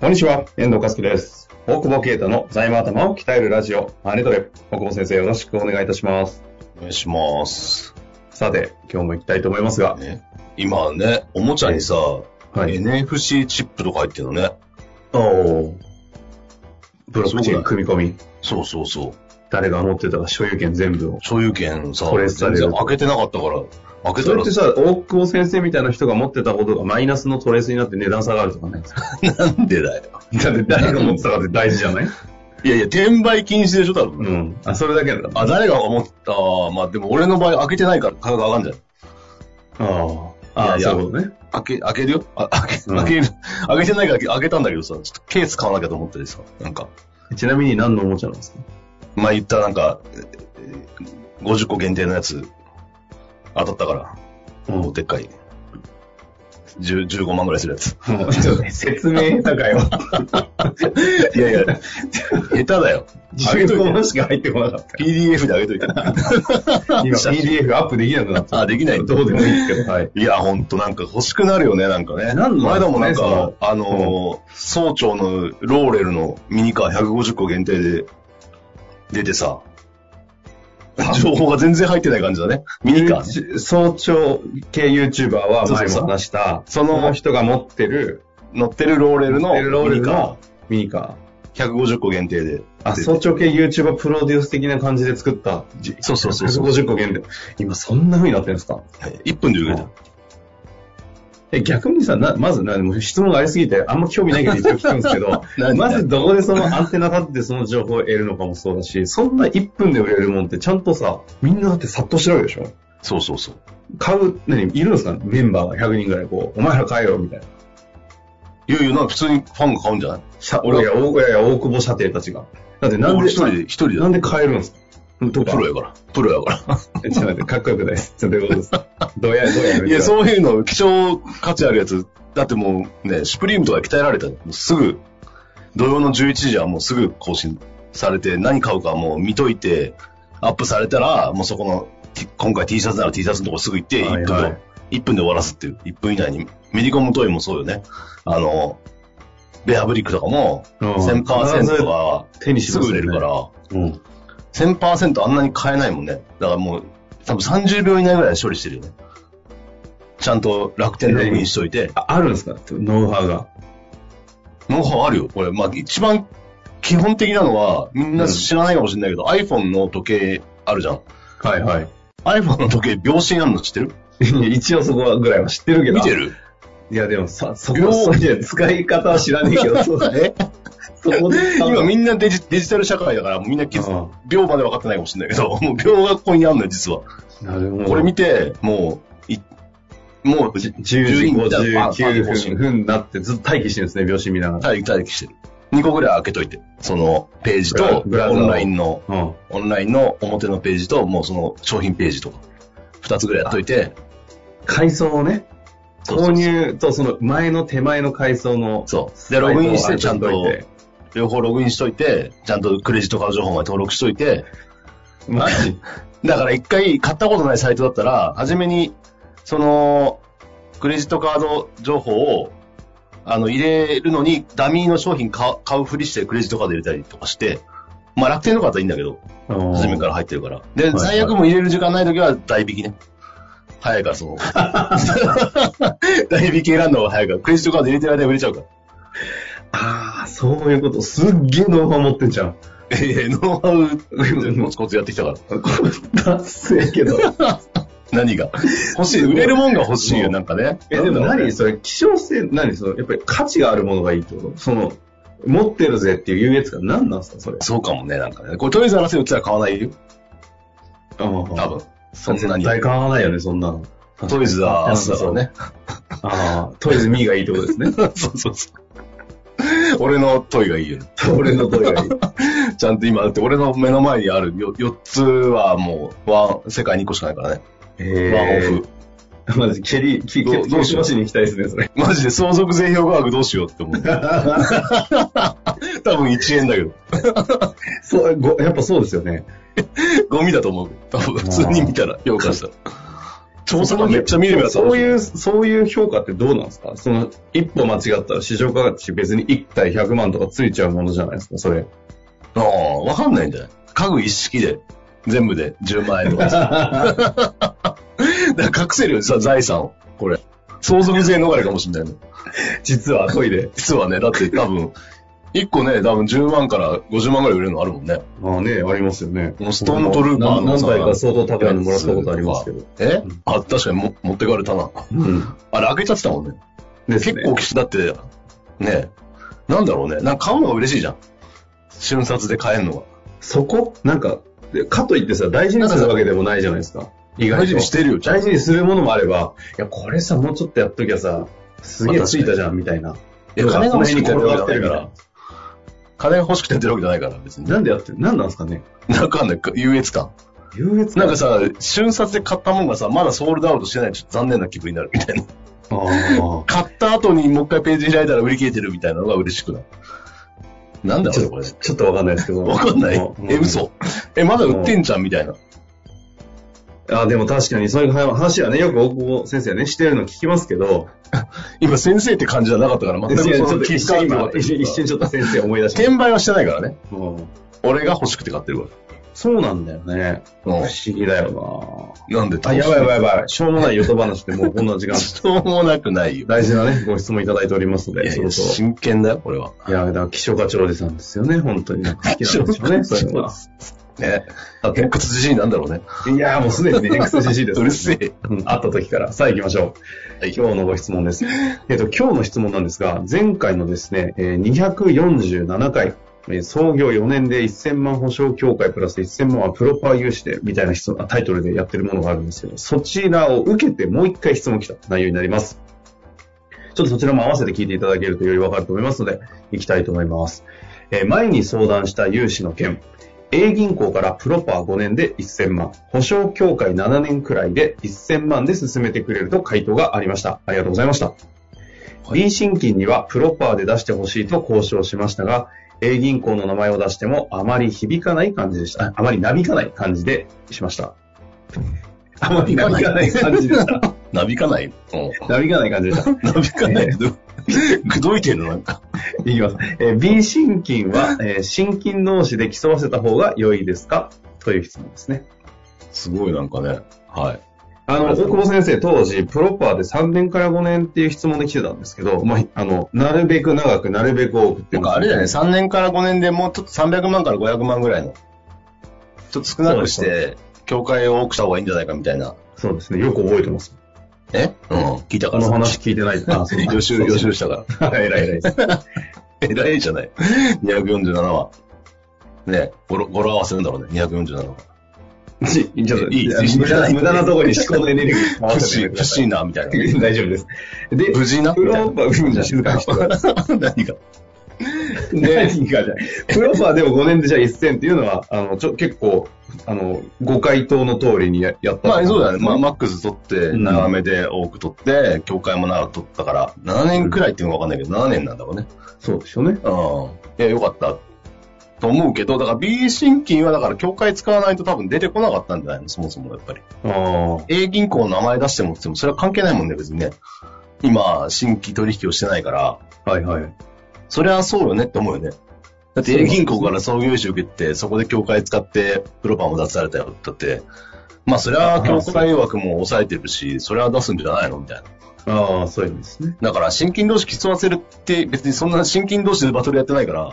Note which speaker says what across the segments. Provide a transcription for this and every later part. Speaker 1: こんにちは、遠藤和樹です。大久保啓太の財務頭を鍛えるラジオ、マネトレ。大久保先生、よろしくお願いいたします。
Speaker 2: お願いします。
Speaker 1: さて、今日も行きたいと思いますが、
Speaker 2: ね、今ね、おもちゃにさ、
Speaker 1: はい。
Speaker 2: NFC チップとか入ってるのね。
Speaker 1: おーブロックチェーン組み込み、
Speaker 2: そうそうそう。
Speaker 1: 誰が持ってたか所有権全部を。
Speaker 2: 所有権さ
Speaker 1: これ、さ
Speaker 2: 全
Speaker 1: れる
Speaker 2: 然開けてなかったから、開け
Speaker 1: そ
Speaker 2: た
Speaker 1: れ
Speaker 2: ら
Speaker 1: ってさ、大久保先生みたいな人が持ってたことがマイナスのトレースになって値段下がるとかないですか
Speaker 2: なんでだよ。
Speaker 1: だって誰が持ってたかって大事じゃない
Speaker 2: いやいや、転売禁止でしょ、多分。
Speaker 1: うん。あ、それだけだ。
Speaker 2: あ、誰が思ったまあでも俺の場合開けてないから価格上がんじゃん。
Speaker 1: ああ。ああ、
Speaker 2: いや
Speaker 1: そ
Speaker 2: いう
Speaker 1: い
Speaker 2: や
Speaker 1: うことね。
Speaker 2: 開け、開けるよあ開け、
Speaker 1: うん
Speaker 2: 開ける。開けてないから開けたんだけどさ、ちょっとケース買わなきゃと思ってさ、なんか、
Speaker 1: ちなみに何のおもちゃなんですか
Speaker 2: まあ言ったなんか、えー50個限定のやつ、当たったから。もうでっかい。10 15万ぐらいするやつ。
Speaker 1: もうちょっと説明下手 かよ。
Speaker 2: いや いや、下手だよ。あげといて
Speaker 1: 15万しか入ってこなかった。
Speaker 2: PDF であげ といて。
Speaker 1: 今 PDF アップできなくなった。
Speaker 2: あ、できないんだ
Speaker 1: どうでもいいですけど、はい。
Speaker 2: いや、ほんとなんか欲しくなるよね、なんか
Speaker 1: な
Speaker 2: ね。
Speaker 1: んなん
Speaker 2: 前田もなん
Speaker 1: そ
Speaker 2: か
Speaker 1: の、
Speaker 2: あのー、総長のローレルのミニカー150個限定で出てさ、情報が全然入ってない感じだね。ミニカーね。
Speaker 1: 早朝系 YouTuber は前も話した、その人が持ってる、
Speaker 2: 乗ってるローレル
Speaker 1: 乗っ
Speaker 2: の
Speaker 1: てるローレ
Speaker 2: ミ
Speaker 1: ル
Speaker 2: ニカ
Speaker 1: のミニカ
Speaker 2: ー150個限定で。
Speaker 1: ー。あ、早朝系 YouTuber プロデュース的な感じで作った。
Speaker 2: そうそうそうそう。
Speaker 1: 150個限定。今そんな風になってるんですか
Speaker 2: はい1分で売れた。
Speaker 1: え、逆にさ、な、まず、な、もう質問がありすぎて、あんま興味ないけど一応聞くんですけ ど
Speaker 2: 何、
Speaker 1: まずどこでそのアンテナ立っててその情報を得るのかもそうだし、そんな1分で売れるもんってちゃんとさ、みんなだって殺到してるわけでしょ
Speaker 2: そうそうそう。
Speaker 1: 買う、何、いるんですかメンバーが100人ぐらい、こう、お前ら買えよ、みたいな。
Speaker 2: いやいや、なんか普通にファンが買うんじゃない
Speaker 1: しゃ
Speaker 2: 俺
Speaker 1: 俺が、大いやいや、大久保射程たちが。だってなん
Speaker 2: 俺
Speaker 1: で、
Speaker 2: 一人で、一人で。
Speaker 1: なんで買えるんですかと
Speaker 2: プロやから。プロやか
Speaker 1: えちょっと待って、かっこよくないです。ちょっとどういうことですかどうや、どうや
Speaker 2: ら。
Speaker 1: め
Speaker 2: い
Speaker 1: てく
Speaker 2: や、
Speaker 1: ださい
Speaker 2: そういうの、希少価値あるやつ、だってもうね、シュプリームとか鍛えられたらもうすぐ、土曜の11時はもうすぐ更新されて、何買うかもう見といて、アップされたら、もうそこの、T- 今回 T シャツなら T シャツのとこすぐ行って、
Speaker 1: はい
Speaker 2: 1分
Speaker 1: はい
Speaker 2: で、一分で終わらすっていう。1分以内に。メディコムトイもそうよね。あの、ベアブリックとかも、
Speaker 1: うん
Speaker 2: 1000%とかは
Speaker 1: 手にし
Speaker 2: す
Speaker 1: ます
Speaker 2: ぐ
Speaker 1: よね
Speaker 2: 売れるから、
Speaker 1: うん。
Speaker 2: 1000%あんなに買えないもんね。だからもう、多分30秒以内ぐらいで処理してるよね。ちゃんと楽天ログインしといて。
Speaker 1: ああるんですかノウハウが。
Speaker 2: ノウハウあるよ。これ、まあ一番基本的なのは、みんな知らないかもしれないけど、iPhone の時計あるじゃん。
Speaker 1: はいはい。
Speaker 2: iPhone の時計秒針あるの知ってる
Speaker 1: 一応そこはぐらいは知ってるけど。
Speaker 2: 見てる
Speaker 1: いやでもさ、そこ、
Speaker 2: よう
Speaker 1: そういや使い方は知らねえけど、そうだ ね。そこで、
Speaker 2: 今みんなデジデジタル社会だから、みんな気づ
Speaker 1: うん
Speaker 2: 秒まで分かってないかもしれないけど、 もう秒がここにあるのよ、実は。
Speaker 1: なるほど。
Speaker 2: これ見て、もう、いもう、
Speaker 1: 10時
Speaker 2: 10だバンバンで更
Speaker 1: 59
Speaker 2: 新
Speaker 1: 分になってずっと待機してるんですね、秒針見ながら。
Speaker 2: 待機待機してる。2個ぐらい開けといて。そのページと、オ
Speaker 1: ブラブラウザを
Speaker 2: ンラインの、
Speaker 1: うん。
Speaker 2: オンラインの表のページと、もうその商品ページとか。2つぐらいやっといて、
Speaker 1: 階層をね、
Speaker 2: そうそう
Speaker 1: 購入とその前の手前の階層の、
Speaker 2: そう。で、ログインして、ちゃん
Speaker 1: スライドを
Speaker 2: と
Speaker 1: 開け、
Speaker 2: 両方ログインしといて、ちゃんとクレジットカード情報まで登録しといて、
Speaker 1: マジ
Speaker 2: だから一回買ったことないサイトだったら、初めに、その、クレジットカード情報を、あの、入れるのに、ダミーの商品買う買うふりしてクレジットカード入れたりとかして、まあ楽天とかだったらいいんだけど、初めから入ってるから。
Speaker 1: は
Speaker 2: で、
Speaker 1: い
Speaker 2: 最悪も入れる時間ないときは代引きね。早いか ら、その。代引き選んだ方が早いから。クレジットカード入れてる間に売れちゃうか
Speaker 1: ああ、そういうこと。すっげえノウハウ持ってんじゃん。
Speaker 2: ら。いやいやノウハウ、コツコツやってきたから。
Speaker 1: ダッセーけど。
Speaker 2: 何が。欲しい。売れるもんが欲しいよ、なんかね。
Speaker 1: え、でも
Speaker 2: なんだろうね
Speaker 1: 何それ、希少性、何その、やっぱり価値があるものがいいってことその、持ってるぜっていう優越感何なんですかそれ。
Speaker 2: そうかもね、なんかね。これ、トイザらスに売ってたら買わないよ、
Speaker 1: 多
Speaker 2: 多分。そんなに
Speaker 1: 絶。対変わらないよね、そんなの。
Speaker 2: トイズは明日だからね。
Speaker 1: ああ、トイズミーがいいってことです ね。
Speaker 2: そうそうそう。俺のトイがいいよね。
Speaker 1: 俺のトイ がいい。
Speaker 2: ちゃんと今、だって俺の目の前にある 4, つはもう、ワン、世界に1個しかないからね。
Speaker 1: え
Speaker 2: ワン
Speaker 1: ー
Speaker 2: オフ。
Speaker 1: まず、蹴り、き
Speaker 2: どう
Speaker 1: 蹴
Speaker 2: どうしよう
Speaker 1: 蹴飛ばに行きたいですね、それ。
Speaker 2: マジで相続税評価額どうしようって思う。多分1円だけど。
Speaker 1: そう、ごやっぱそうですよね。
Speaker 2: ゴミだと思う。多分普通に見たら、評価したら。調査
Speaker 1: そ
Speaker 2: がめっちゃ見れば
Speaker 1: そうそう
Speaker 2: う。
Speaker 1: いう、そういう評価ってどうなんですかその、一歩間違ったら市場価値別に1体100万とかついちゃうものじゃないですか、それ。
Speaker 2: ああ、わかんないんじゃない家具一式で、全部で10万円とかさ。だから隠せるよ、さ財産を。これ。相続税逃れかもしれないね。
Speaker 1: 実はトイレ。
Speaker 2: 実はね、だって多分、1個ね、多分10万から50万ぐらい売れるのあるもんね。
Speaker 1: まあね、ありますよね。
Speaker 2: もうストーントルーパーの
Speaker 1: 何
Speaker 2: さ
Speaker 1: 何体か相当高いのもらったことありますけど。。
Speaker 2: えあ、確かにも持ってかれたな。
Speaker 1: うん。
Speaker 2: あれ開けちゃってたもんね。
Speaker 1: です
Speaker 2: 結
Speaker 1: ね。
Speaker 2: 構きし、だって、ね、なんだろうね。なんか買うのが嬉しいじゃん。瞬殺で買えるのが。
Speaker 1: そこなんか、でかといってさ、大事にするわけでもないじゃないですか。意外と。
Speaker 2: 大事にしてるよ、ちゃん
Speaker 1: 大事にするものもあれば、いや、これさ、もうちょっとやっときゃさ、すげえついたじゃん、みたいな。
Speaker 2: いや金が欲しくてやってるわけ
Speaker 1: や
Speaker 2: じゃないから。金が欲しくてやってるわけじゃないから、別に。
Speaker 1: なんでやってるなんなんですかね
Speaker 2: なんかあんない、優越感。
Speaker 1: 優越
Speaker 2: なん
Speaker 1: 感
Speaker 2: かさ、瞬殺で買ったもんがさ、まだソールドアウトしてない、ちょっと残念な気分になるみたいな。
Speaker 1: あ
Speaker 2: 買った後にもう一回ページ開いたら売り切れてるみたいなのが嬉しくなる。なんだ
Speaker 1: あ。ち
Speaker 2: ろ
Speaker 1: ょ
Speaker 2: う、
Speaker 1: っ
Speaker 2: これ
Speaker 1: と、。ちょっ とわかんないですけど。
Speaker 2: わかんない
Speaker 1: うん
Speaker 2: え、嘘。え、まだ売ってんじゃんみたいな。
Speaker 1: あ、でも確かに、そういう話はね、よく大久保先生はね、してるの聞きますけど、
Speaker 2: 今、先生って感じじゃなかったから、全く
Speaker 1: いやちょ
Speaker 2: そ
Speaker 1: っ
Speaker 2: の
Speaker 1: と
Speaker 2: 気
Speaker 1: 一
Speaker 2: 質が
Speaker 1: 瞬
Speaker 2: 良か
Speaker 1: 今
Speaker 2: っ、た
Speaker 1: 一
Speaker 2: りとか
Speaker 1: 瞬ちょっと先生思い出して。
Speaker 2: 転売はしてないからね。
Speaker 1: うん
Speaker 2: 俺が欲しくて買ってるか
Speaker 1: そうなんだよね。不
Speaker 2: ら。
Speaker 1: 思議だよ
Speaker 2: うん。なんで
Speaker 1: なあ、やばいやばいやばい。しょうもないヨト話でもうこんな時間。
Speaker 2: しょうもなくないよ。
Speaker 1: 大事なね、ご質問いただいておりますの
Speaker 2: い
Speaker 1: で、
Speaker 2: やい
Speaker 1: そろ
Speaker 2: や、
Speaker 1: そろ。
Speaker 2: 真剣だよ、これは。
Speaker 1: いや、だから、気象課長おじさんですよね、本当に。好きなん でしょうね、そういうのは。
Speaker 2: ね。あ、偏屈自身なんだろうね。
Speaker 1: いや、もうすでにね、XCC です、
Speaker 2: うるせえ。
Speaker 1: うんあった時から。さあ行きましょう。
Speaker 2: はい
Speaker 1: 今日のご質問です。えっと、今日の質問なんですが、前回のですね、えー247回、えー創業4年で1000万保証協会プラス1000万はプロパー融資で、みたいな質問あタイトルでやってるものがあるんですけど、そちらを受けてもう一回質問来た内容になります。ちょっとそちらも合わせて聞いていただけるとよりわかると思いますので、行きたいと思います。えー前に相談した融資の件、A 銀行からプロパー5年で1000万、保証協会7年くらいで1000万で進めてくれると回答がありました。ありがとうございました。B 新金にはプロパーで出してほしいと交渉しましたが、A 銀行の名前を出してもあまり響かない感じでした。ああまりなびかない感じでしました。あま りなびかない感じでした。
Speaker 2: なびかない。うん。
Speaker 1: なびかない感じでした。
Speaker 2: なびかないけ ど、くどいてんの、なんか。
Speaker 1: いきます。えー B 新金は、えー新金同士で競わせた方が良いですかという質問ですね。
Speaker 2: すごいなんかね。はい。
Speaker 1: あの、大久保先生、当時、プロパーで3年から5年っていう質問で来てたんですけど、まあ、あの、なるべく長く、なるべく多くって
Speaker 2: ない
Speaker 1: うん
Speaker 2: かあれだよね、3年から5年でもうちょっと300万から500万ぐらいの、ちょっと少なくして、教会を多くした方がいいんじゃないかみたいな。
Speaker 1: そうですね。よく覚えてます。
Speaker 2: えうん。聞いた
Speaker 1: こ
Speaker 2: から
Speaker 1: の
Speaker 2: さ。
Speaker 1: 話聞い てない。あ、そう
Speaker 2: 予習、予習したから。
Speaker 1: はい 偉い偉いです。
Speaker 2: 偉いじゃない。247は。ね、語呂語呂合わせるんだろうね、247は。
Speaker 1: ち ちょっと
Speaker 2: いい
Speaker 1: あ
Speaker 2: いい
Speaker 1: 無駄な、無駄なところに思考のエネルギー
Speaker 2: 不
Speaker 1: 回
Speaker 2: 思
Speaker 1: して
Speaker 2: 議、
Speaker 1: くだ
Speaker 2: 不思
Speaker 1: さい
Speaker 2: 議な、みたいな。
Speaker 1: 大丈夫です。で、
Speaker 2: 無事な
Speaker 1: プロパー、うん、静かにしてください
Speaker 2: 何が
Speaker 1: ね、いいかじゃないプロパーでも5年でじゃあ1000っていうのは、あの、ちょ、結構、あの、ご回答の通りにややった。
Speaker 2: まあそうだね。まあマックス取って、
Speaker 1: うん
Speaker 2: 長めで多く取って、教会も長く取ったから、7年くらいっていうのがわかんないけど、7年なんだろうね。
Speaker 1: そうでしょうね。
Speaker 2: うん。いや、よかった。と思うけど、だから B 新金はだから教会使わないと多分出てこなかったんじゃないのそもそもやっぱり。
Speaker 1: ああ。
Speaker 2: A 銀行の名前出してもっても、それは関係ないもんね、別にね。今、新規取引をしてないから、
Speaker 1: はいはい。
Speaker 2: そりゃそうよねって思うよね。だって A 銀行から創業融資受けて、そこで教会使って、プロパンを出されたよ。だって、まあそりゃ教会枠も抑えてるし、それは出すんじゃないのみたいな。
Speaker 1: ああ、そういう意味ですね。
Speaker 2: だから、新金同士競わせるって、別にそんな新金同士でバトルやってないから、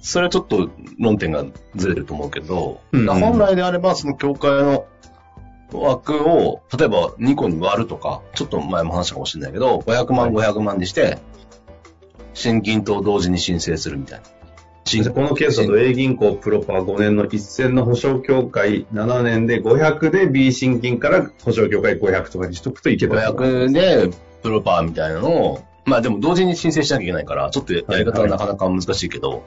Speaker 2: それはちょっと論点がずれると思うけど、
Speaker 1: うんうん
Speaker 2: だから本来であれば、その教会の枠を、例えば2個に割るとか、ちょっと前も話したかもしれないけど、500万、500万にして、新金と同時に申請するみたいな。新
Speaker 1: このケースだと A 銀行プロパー5年の1000の保証協会7年で500で B 新金から保証協会500とかにしとくといけたと思います
Speaker 2: 500でプロパーみたいなのを、まあでも同時に申請しなきゃいけないから、ちょっとやり方はなかなか難しいけど、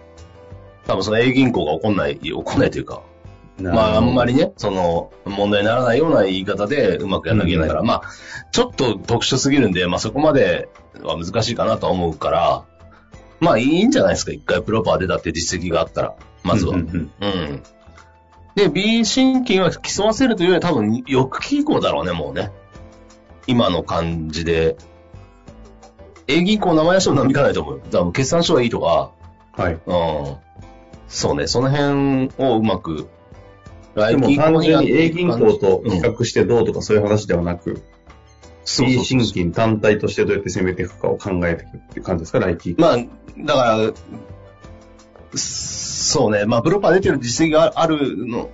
Speaker 2: 多分その A 銀行が怒んない、怒んないというか、
Speaker 1: なるほ
Speaker 2: まあ、
Speaker 1: ど
Speaker 2: あんまりね、その、問題にならないような言い方でうまくやんなきゃいけないから、まあ、ちょっと特殊すぎるんで、まあそこまでは難しいかなとは思うから、まあいいんじゃないですか、一回プロパー出たって実績があったら、まずは。う
Speaker 1: うんんうん
Speaker 2: で、B 新金は競わせるというより多分、翌期以降だろうね、もうね。今の感じで。A 銀行の名前出しても何もいかないと思うよ。多分、決算書がいいとか、
Speaker 1: うんはい。
Speaker 2: うん。そうね、その辺をうまく、
Speaker 1: で
Speaker 2: 来
Speaker 1: も単純に A
Speaker 2: 営
Speaker 1: 銀行と比較してどうとかそういう話ではなく、B 新金単体としてどうやって攻めていくかを考えていくっていう感じですか、来期。
Speaker 2: まあ、だから、そうね、まあ、プロパー出てる実績があるの、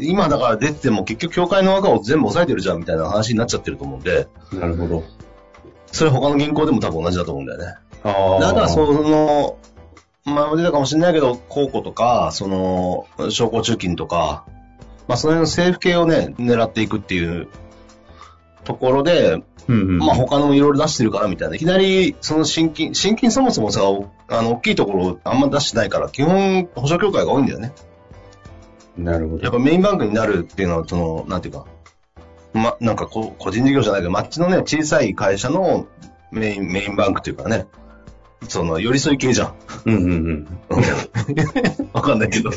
Speaker 2: 今だから出てても結局、協会の赤を全部抑えてるじゃんみたいな話になっちゃってると思うんで、
Speaker 1: なるほど。
Speaker 2: それ他の銀行でも多分同じだと思うんだよね。
Speaker 1: あ
Speaker 2: だから、
Speaker 1: う。
Speaker 2: その、前も出たかもしれないけど、公庫とか、その、商工中金とか、まあ、その辺の政府系をね、狙っていくっていうところで、
Speaker 1: うんうん。
Speaker 2: まあ他のいろいろ出してるからみたいな。いきなり、その新金、新金そもそもさ、おあの、大きいところあんま出してないから、基本、保証協会が多いんだよね。
Speaker 1: なるほ
Speaker 2: やっ
Speaker 1: ど。
Speaker 2: ぱメインバンクになるっていうのは、その、なんていうか、ま、なんかこう、個人事業じゃないけど、マッチのね、小さい会社のメイン、メインバンクというかね、その、寄り添い系じゃん。
Speaker 1: うんうんうん。
Speaker 2: わかんないけど。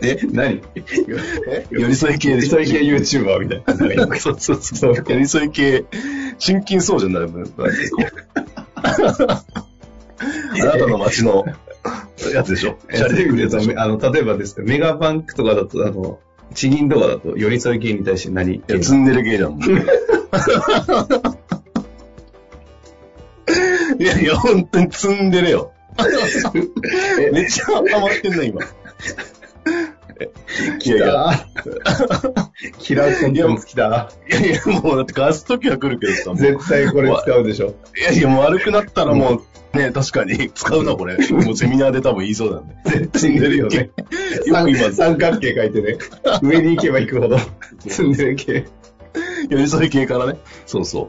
Speaker 2: え
Speaker 1: 何
Speaker 2: 寄り添い系でしょ
Speaker 1: 一人系 YouTuber みたいな。
Speaker 2: そうそうそう。寄り添い系、親近そうじゃない もん。あなたの街のやつでしょ。
Speaker 1: えそういう意味で言うとあの、例えばですけど、メガバンクとかだと、あの、地銀とかだと、寄り添い系に対して何
Speaker 2: いや、ツンデレ系じ ゃん。いやいや、本当にツンデレよ。めっちゃハマってんの、今。いやいや、
Speaker 1: キラーコンテンツ来た。
Speaker 2: いやいや、もうだって貸すときは来るけどさ、もう
Speaker 1: 絶対これ使うでしょ。
Speaker 2: いやいや、もう悪くなったらもう、ね、確かに使うな、これ。もうセミナーで多分言いそう だね。
Speaker 1: 絶対出る よね。
Speaker 2: よく今、
Speaker 1: 三角形書いてね。上に行けば行くほど、積んでる系。
Speaker 2: 寄り添い系からね。そうそう。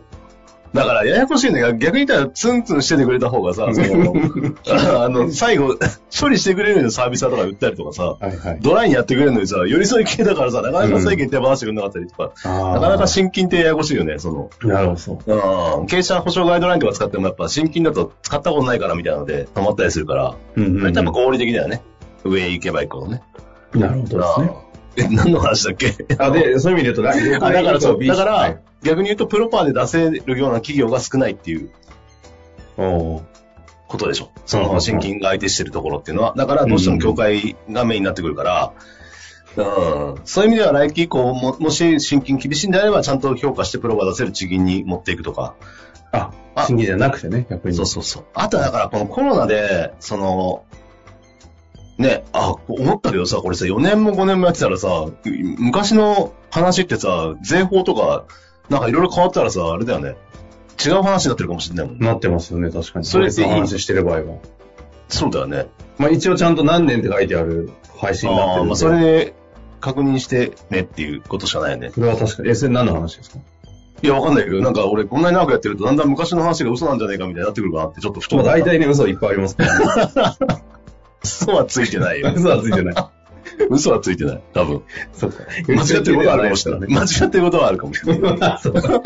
Speaker 2: だから、ややこしいね。逆に言ったら、ツンツンしててくれた方がさ、その あの、最後、処理してくれるのにサービスだとか売ったりとかさ、
Speaker 1: はいはい。
Speaker 2: ドライにやってくれるのにさ、寄り添い系だからさ、なかなか債券手放してくれなかったりとか、な
Speaker 1: な
Speaker 2: かなか新金ってややこしいよね、その。
Speaker 1: なるほど。
Speaker 2: うん。経営者保証ガイドラインとか使ってもやっぱ新金だと使ったことないからみたいなので、溜まったりするから、
Speaker 1: うんうんうん
Speaker 2: それってやっぱ合理的だよね。上へ行けば行くほどね。
Speaker 1: なるほどですね。
Speaker 2: え、何の話だっけ
Speaker 1: あ、で、そういう意味で言うと、
Speaker 2: あだからそう、だか
Speaker 1: は
Speaker 2: ら
Speaker 1: い、
Speaker 2: 逆に言うとプロパーで出せるような企業が少ないっていう
Speaker 1: おー
Speaker 2: ことでしょ。そ
Speaker 1: そう
Speaker 2: の、新金が相手してるところっていうのは。だから、どうしても業界がメインになってくるから、うん、そういう意味では来期以降も、もし新金厳しいんであれば、ちゃんと評価してプロパー出せる地銀に持っていくとか、
Speaker 1: あ
Speaker 2: あ、
Speaker 1: 審議じゃなくてね、逆に。
Speaker 2: そうそうそう。あとはだから、このコロナで、その、ね、あ、思ったけどさ、これさ、4年も5年もやってたらさ、昔の話ってさ、税法とか、なんかいろいろ変わったらさ、あれだよね。違う話になってるかもしれないもん。
Speaker 1: なってますよね、確かに。
Speaker 2: それっていい
Speaker 1: 別の話してる場合は。
Speaker 2: そうだよね。
Speaker 1: まあ一応ちゃんと何年って書いてある配信になって
Speaker 2: あ
Speaker 1: る
Speaker 2: ー
Speaker 1: んで。
Speaker 2: まあ、それで確認してねっていうことしかないよね。
Speaker 1: それは確かに。え、それ何の話ですか
Speaker 2: いや、わかんないけど、なんか俺、こんなに長くやってると、だんだん昔の話が嘘なんじゃないかみたいになってくるかなって、ちょっと太
Speaker 1: まあ
Speaker 2: く
Speaker 1: 大体ね、嘘いっぱいありますから、ね。
Speaker 2: 嘘はついてないよ。
Speaker 1: 嘘はついてない。
Speaker 2: 嘘はついてない。多分。
Speaker 1: そうか。
Speaker 2: 間違ってることはあるかもしれない。間違ってることはあるかもしれない。
Speaker 1: そうか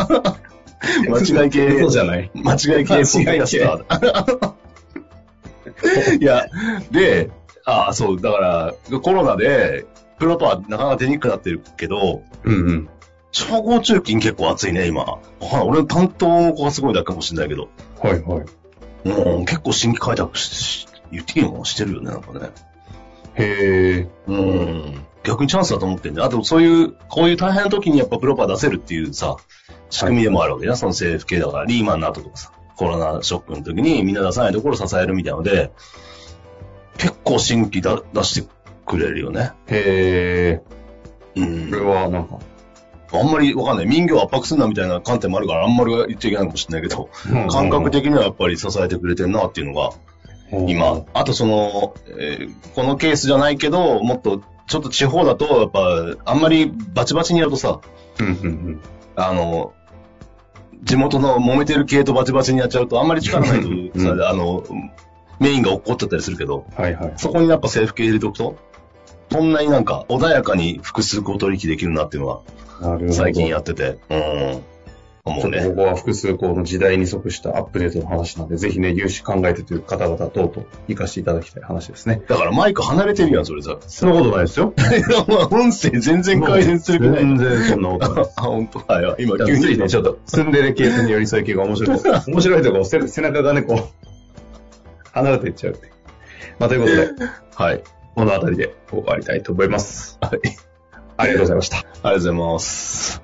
Speaker 2: 間違い系。
Speaker 1: 嘘じゃない。
Speaker 2: 間違い系ポッドキャスター。いや、で、ああ、そう、だから、コロナで、プロパーなかなか出にくくなってるけど、
Speaker 1: うんうん。
Speaker 2: 商工中金結構熱いね、今。はい俺の担当の子がすごいだけかもしれないけど、
Speaker 1: はいはい。
Speaker 2: うん、結構新規開拓し、し言っていいのかなしてるよね、なんかね。
Speaker 1: へえ。
Speaker 2: うん。逆にチャンスだと思ってんね。あと、そういう、こういう大変な時にやっぱプロパー出せるっていうさ、仕組みでもあるわけじゃん、その政府系だから、リーマンの後とかさ、コロナショックの時にみんな出さないところを支えるみたいので、結構新規だ出してくれるよね。
Speaker 1: へえ。
Speaker 2: う
Speaker 1: これ
Speaker 2: ん。
Speaker 1: はなんか、
Speaker 2: あんまりわかんない。民業を圧迫するなみたいな観点もあるから、あんまり言っちゃいけないかもしれないけど、
Speaker 1: うん
Speaker 2: 感覚的にはやっぱり支えてくれてんなっていうのが、今。あとその、えーこのケースじゃないけど、もっと、ちょっと地方だと、やっぱ、あんまりバチバチにやるとさ、
Speaker 1: うんうん
Speaker 2: あの、地元の揉めてる系とバチバチにやっちゃうと、あんまり力ないと、
Speaker 1: うん
Speaker 2: さあの、メインが落っこっちゃったりするけど、
Speaker 1: うん。はいはい。
Speaker 2: そこにやっぱ政府系入れておくと、こんなになんか穏やかに複数個取引できるなっていうのは、
Speaker 1: なるほど。
Speaker 2: 最近やってて、うん、思
Speaker 1: ちょっ
Speaker 2: う
Speaker 1: と
Speaker 2: ね
Speaker 1: こ。こは複数項の時代に即したアップデートの話なんで、ぜひね、融資考えてという方々等々、活かしていただきたい話ですね。
Speaker 2: だからマイク離れてるやん、それさ。
Speaker 1: そんなことないですよ。
Speaker 2: 音声全然改善するくない。
Speaker 1: 全然そんなことないです。
Speaker 2: あ、本当はいはい。今、急
Speaker 1: 急
Speaker 2: に
Speaker 1: にね、 ちょっと、ツンデレ系に寄り添い系が面白いです。 面白いとこ、背背中がね、こう、 離れていっちゃうっていう。まあ、ということで、
Speaker 2: はい。
Speaker 1: このあたりで終わりたいと思います。はい。ありがとうございました。
Speaker 2: ありがとうございます。